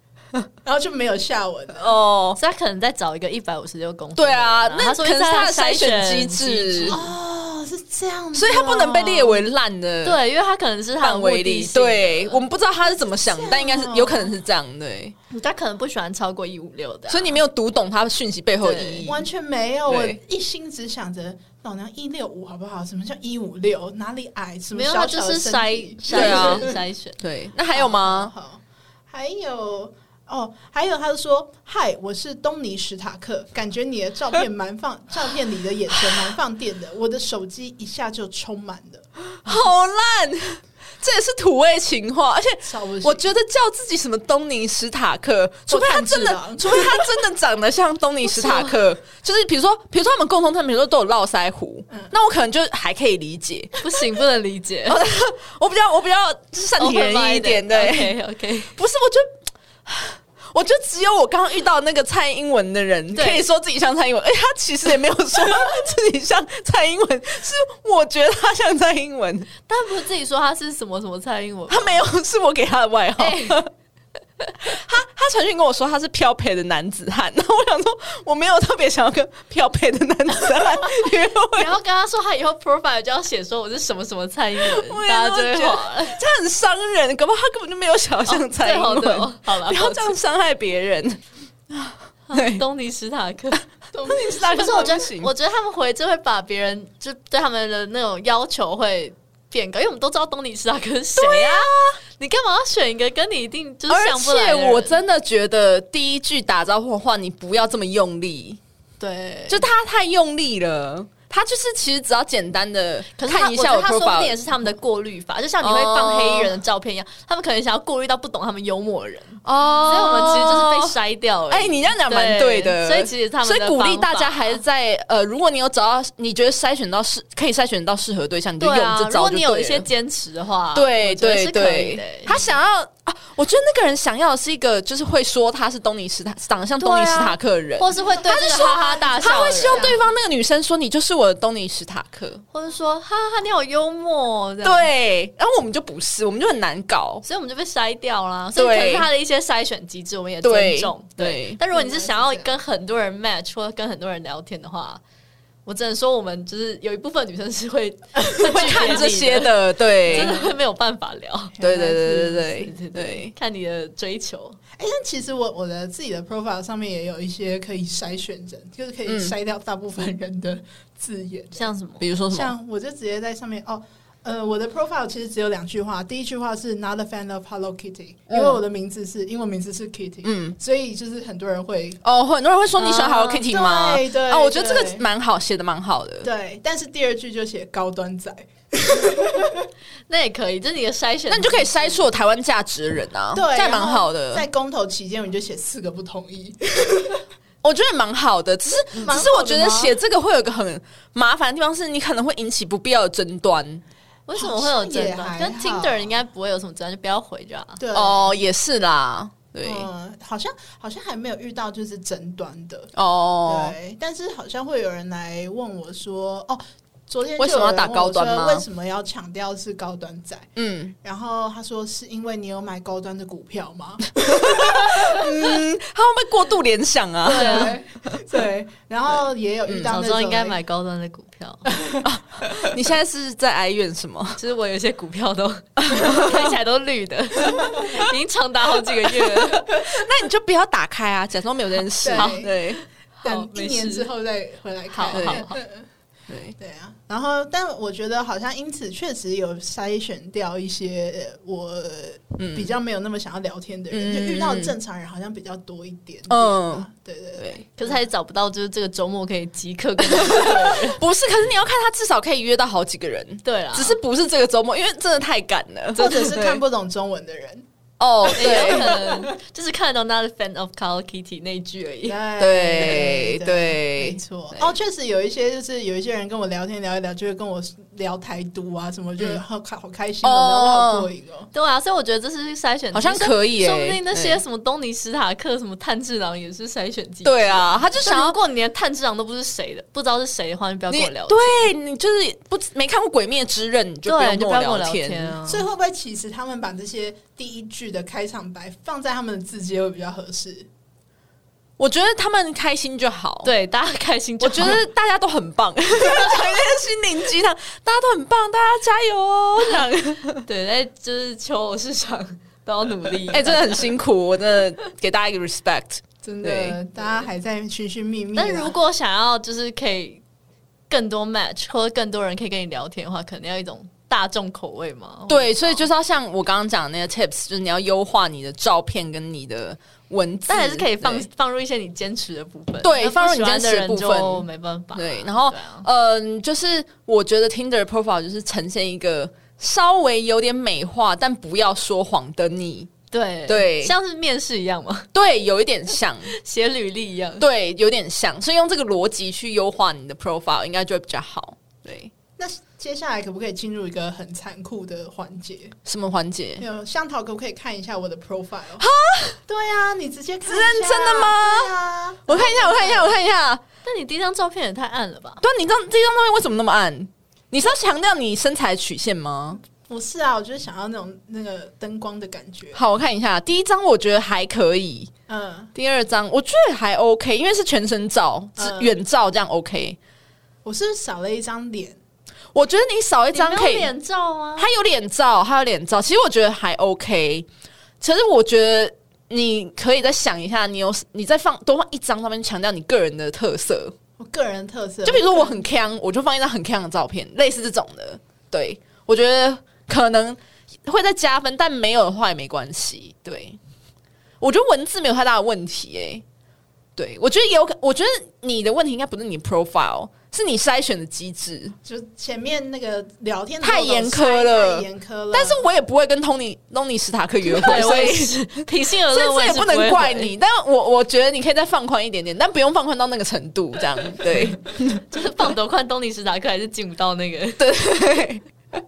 然后就没有下文了。
哦，
所以他可能在找一个一百五十六公分的
对
人
啊
嗯啊，，
那
他说
可能是他的
筛
筛选
机
机制，
哦，是这样子哦，
所以他不能被列为烂的
对，因为他可能是他的
范
目
围
的
里。
性
对，我们不知道他是怎么想
这，样
但应该是
哦
有可能是这样对。
他可能不喜欢超过一五六的啊、
所以你没有读懂他讯息背后的意义。
完全没有。我
对
一心只想着老娘一六五好不好？什么叫一五六？哪里矮？什么
没有，他
小
就
小的
是
身
筛
体
筛
对啊
选筛选。
对，那 (laughs) 还有吗？
好，好还有哦，还有，他就说：“嗨，我是东尼史塔克，感觉你的照片蛮
(laughs)
放，照片里的眼神蛮放电的，我的手机一下就充满了，
好烂， (laughs) 这也是土味情话，而且。
超不行
我觉得叫自己什么东尼史塔克，除非他真
或
的，
炭治郎
除非他真的长得像东尼史塔 (laughs) 克，就是啊嗯比如说，比如说他们共同特点，比如说都有络腮胡，那我可能就还可以理解。
不行，不能理解。
我比较，我比较就是善体人意一点，对。
，OK，
不是，我觉得。 (sighs) 我觉得只有我刚刚遇到那个蔡英文的人，
对
可以说自己像蔡英文。哎、他其实也没有说 (laughs) 自己像蔡英文，是我觉得他像蔡英文，
但不是自己说他是什么什么蔡英文吗，
他没有是我给他的外号。
哎
(laughs) 他他传讯跟我说他是漂配的男子汉，然后我想说我没有特别想要跟漂配的男子汉约会
(laughs) 然，后跟他说他以后 profile 就要写说我是什么什么蔡英
我
(laughs) 文，
也
大家就
这么
会
觉得
(laughs) 划了。
这很伤人，搞不好他根本就没有想要像蔡
最
英
好
文。
的哦，好了，
不要这样伤害别人。
抱
对
歉。东尼史塔 (laughs) 克，
东尼史塔克
那
不是，我觉
行
得，我觉得他们回就会把别人就对他们的那种要求会变高，因为我们都知道东尼史塔克是谁啊，你干嘛要选一个跟你一定就是
而
想不来
且
的人
我真的觉得第一句打招呼的话，你不要这么用力，
对，
就他太用力了。他就是其实只要简单的
可是他
看一下
我觉得他说不定哦也
profile
是他们的过滤法，就像你会放黑衣人的照片一样，他们可能想要过滤到不懂他们幽默的人，
哦
所以我们其实就是被筛掉而已。
哎，你这样讲蛮对的，
所以其实他们
所
的
以鼓励
方法
大家还是在呃，如果你有找到你觉得筛选到适可以筛选到适合对象，你就
对
用
啊
这，
如
招
果
就
你
对了
有一些坚持的话，
对
我觉得
对
是可以的
对，他想要啊，我觉得那个人想要的是一个就是会说他是东尼史塔长得像东尼
对
史
啊
塔克的人，
或是会对
他是
这个
说
哈哈大笑的人，
他会希望对方那个女生说你就是我的东尼史塔克。
或者说哈哈你好幽默，这样，
对，哎然后我们就不是，我们就很难搞。
所以我们就被筛掉啦。所以可能是他的一些筛选机制，我们也
对
尊重。
对
但如果你是想要跟很多人 match 或者跟很多人聊天的话，我只能说我们就是有一部分女生
(laughs)
是会
会
会
看这些，的，对
真，的会没有办法聊。
对对对对
对
对对，
看你的追求，
哎、但其实我我的自己的 profile 上面也有一些可以筛选人，就是可以
嗯
筛掉大部分人的字眼，
像什么？
比如说什么？
像我就直接在上面哦。呃，我的 profile 其实只有两句话，第一句话是 not a fan of Hello Kitty，、因为我的名字是英文名字是 Kitty，
嗯，
所以就是很多人会
哦，很多人会说你喜欢 Hello Kitty 吗？
啊对对
啊，我觉得这
对
个蛮好，写的蛮好的。哦
对，但是第二句就写高端仔，
那也可以，这是你的筛选。
那你就可以筛出有台湾价值的人啊，
对，
这样蛮
然后
好的。
在公投期间，你就写四个不同意，
我觉得蛮好的，只是
嗯蛮
只
好
是我觉
的
得
吗
写这个会有一个很麻烦的地方，是你可能会引起不必要的争端。
为什么会有
好像也
争
还
端？跟
好
Tinder 应该不会有什么争端，就不要回就好。
对，
哦，也是啦，对，
嗯，好像好像还没有遇到就是争端的，
哦，
对，但是好像会有人来问我说，哦，昨天
为什么要
就有人
打高端
问我
吗
说为什么要强调是高端仔？
嗯。
然后他说是因为你有买高端的股票
(laughs)
吗？
嗯，他会不会过度联想啊？
对对，然后也有遇到
早
嗯
那
知道
种
应该买高端的股票，
(laughs) 你现在是在哀怨什么？
其实我有些股票 (laughs) 都看起来都绿的， (laughs) 已经长达好几个月了。
(laughs) 那你就不要打开啊，假装没有这件事。
好
对，
等
好
一
没
年
事
之后再回来看。
好好好，
对，
对啊，然后但我觉得好像因此确实有筛选掉一些呃我
嗯
比较没有那么想要聊天的人，
嗯
就遇到正常人好像比较多一点点
嗯
吧。对对对，
对，
可是还是找不到，就是这个周末可以即刻跟你。
不是，可是你要看他至少可以约到好几个人，
对啦，
只是不是这个周末，因为真的太赶 (laughs) 了，
或者是看
不
不懂中文的人，
哦，
也有
(laughs) 对。
可能就是看得懂他的 fan of Hello Kitty 那一句而已。
对
对
对
没错
对。
哦，确实有一些就是有一些人跟我聊天聊一聊，就会跟我聊台独啊什么，就好开好开心哦，
嗯哦
聊得好过瘾哦。
对啊，所以我觉得这是筛选机制，
好像可以欸
说不定那些
对
什么东尼史塔克、什么炭治郎也是筛选机制。
对啊，他就
就想
想
要
要
过你连炭治郎都不是谁的，不知道是谁的话，你不要跟
你
我聊天。
对你就是不没看过《鬼灭之刃》，你就不
对，
要
你
跟
就不
我
要跟我
天。
天啊！
所以会不会其实他们把这些第一句的开场白放在他们的字节会比较合适？
我觉得他们开心就好。，
对，大家开心就
我
好。
觉得大家都很 (laughs) 棒，讲一些心灵鸡汤，大家都很棒，大家加油哦！这样，
(laughs) 对，在就是求偶市场都要努力。
(laughs) (laughs) 哎、
(laughs)
真的很辛苦，我真的给大家一个 (laughs) respect。
真
对
的，大家还在寻寻觅啊觅啦。
但如果想要就是可以更多 match 或者更多人可以跟你聊天的话，可能要一种大众口味嘛。
对，所以就是要像我刚刚讲的那个 tips，就是你要优化你的照片跟你的文字，
但还是可以放
对
放入一些你坚持的部分。
对
那不
放入你
喜
坚
欢
持
的
的
人
部分
就没办法。
对，然后
对啊
嗯、就是我觉得 Tinder profile 就是呈现一个稍微有点美化，但不要说谎的你。
对
对
像是面试一样嘛，
对，有一点像，
写履历一样。
对，有点像，所以用这个逻辑去优化你的 profile，应该就会比较好。对，
那接下来可不可以进入一个很残酷的环节？
什么环节？
没有，香桃可不可以看一下我的 profile？哈，对啊，你直接看一下
认真的吗
对啊，
我看一下，我看一下，我看一下。
但你第一张照片也太暗了吧？
对啊，你这张这张照片为什么那么暗？你是要强调你身材曲线吗？
不是啊，我就是想要那种那个灯光的感觉。
好，我看一下，第一张我觉得还可以，
嗯，
第二张我觉得还 OK，因为是全身照、是
嗯
远照这样 OK。
我是不是少了一张脸，
我觉得你少一
你没
哎张
有
可以，
脸照啊吗？
他有脸照，他有脸照，其实我觉得还 OK。其实我觉得你可以再想一下，你有你再放多放一张照片，强调你个人的特色。
我个人特色。
就比如说我很强，我就放一张很强的照片，类似这种的。对，我觉得可能会再加分，但没有的话也没关系。对，我觉得文字没有太大的问题、欸。对我觉得也有可，我觉得你的问题应该不是你 profile，是你筛选的机制。
就前面那个聊天的
太
那种
严苛了
太严苛了。
但是我也不会跟 Tony Tony 史塔克约会，
对，我
所
也
以
是。平心而
所以
论，我
这也
是
不
会
能怪
回。
你，但我我觉得你可以再放宽一点点，但不用放宽到那个程度，这样对
(laughs) 就是放多宽，东尼史塔克还是进不到那个。对， (laughs)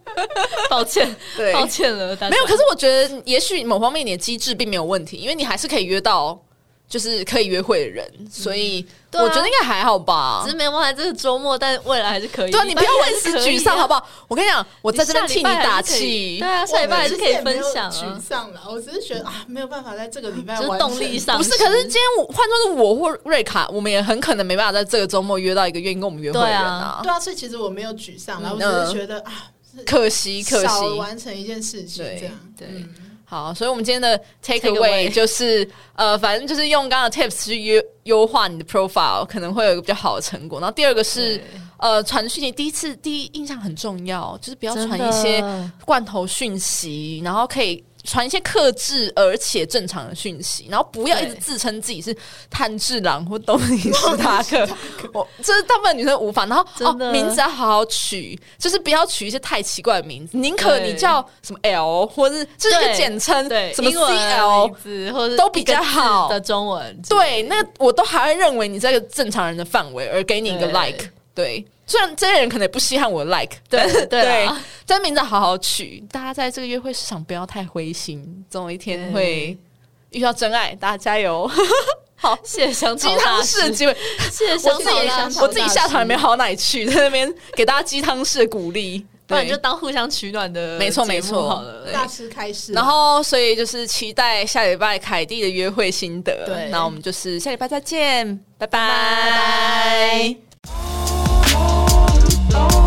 抱歉，
(laughs) 对，
抱歉了，大家
没有。可是我觉得，也许某方面你的机制并没有问题，因为你还是可以约到就是可以约会的人，所以
对啊
我觉得应该还好吧
只。是没办法，这个周末，但未来还是可以。啊
对啊，你不要为此沮丧，好
不
不好？我跟你讲，我
好
在这边替你打气
对。啊，下礼拜还是可以分享
我其实也没有
啊
沮。丧了，我只是觉得啊，没有办法在这个礼拜
就是
完
动
成
力上
不是，可是今天我换作是我或瑞卡，我们也很可能没办法在这个周末约到一个愿意跟我们约会的人啊，
对啊，所以其实我没有沮丧啦，
嗯
我只是觉得啊，
可惜可惜
少了完成一件事情
对
这样。
对
嗯
好，所以我们今天的 take
Take
away
away
就是呃，反正就是用刚刚的 tips 去优优化你的 profile，可能会有一个比较好的成果。然后第二个是
对
呃，传讯息第一次第一印象很重要，就是不要
真
传
的
一些罐头讯息，然后可以。传一些克制而且正常的讯息，然后不要一
对
直自称自己是炭治郎或东尼史塔克，我这是大部分女生无法。然后哦
真，的
名字要好好取，就是不要取一些太奇怪的名字，宁可你
对
叫什么 L 或者是这是一个
对
简称，
对，
什么
英文的
CL
名字或者
都比较好
一个字的中文。
对，那个我都还会认为你在一个正常人的范围，而给你一个
对
like。对，虽然这些人可能也不稀罕我的 like，
对
但是
对
对
啦，
但名字好好取。大家在这个约会市场不要太灰心，总有一天
对
会遇到真爱，大家加油！
谢谢香
鸡
草大
汤式的
师，
机会，
谢谢
我
香
自
草
己
大
香
师
草
我自己下场也没好到哪里去，在那边给大家鸡汤式的鼓励，
不然就
对
当互相取暖的
没错
节目
没错
好了。
大师开始，
然后，所以就是期待下礼拜凯蒂的约会心得。
对
那我们就是下礼拜再见，拜
拜拜
拜。
拜。
Oh, oh,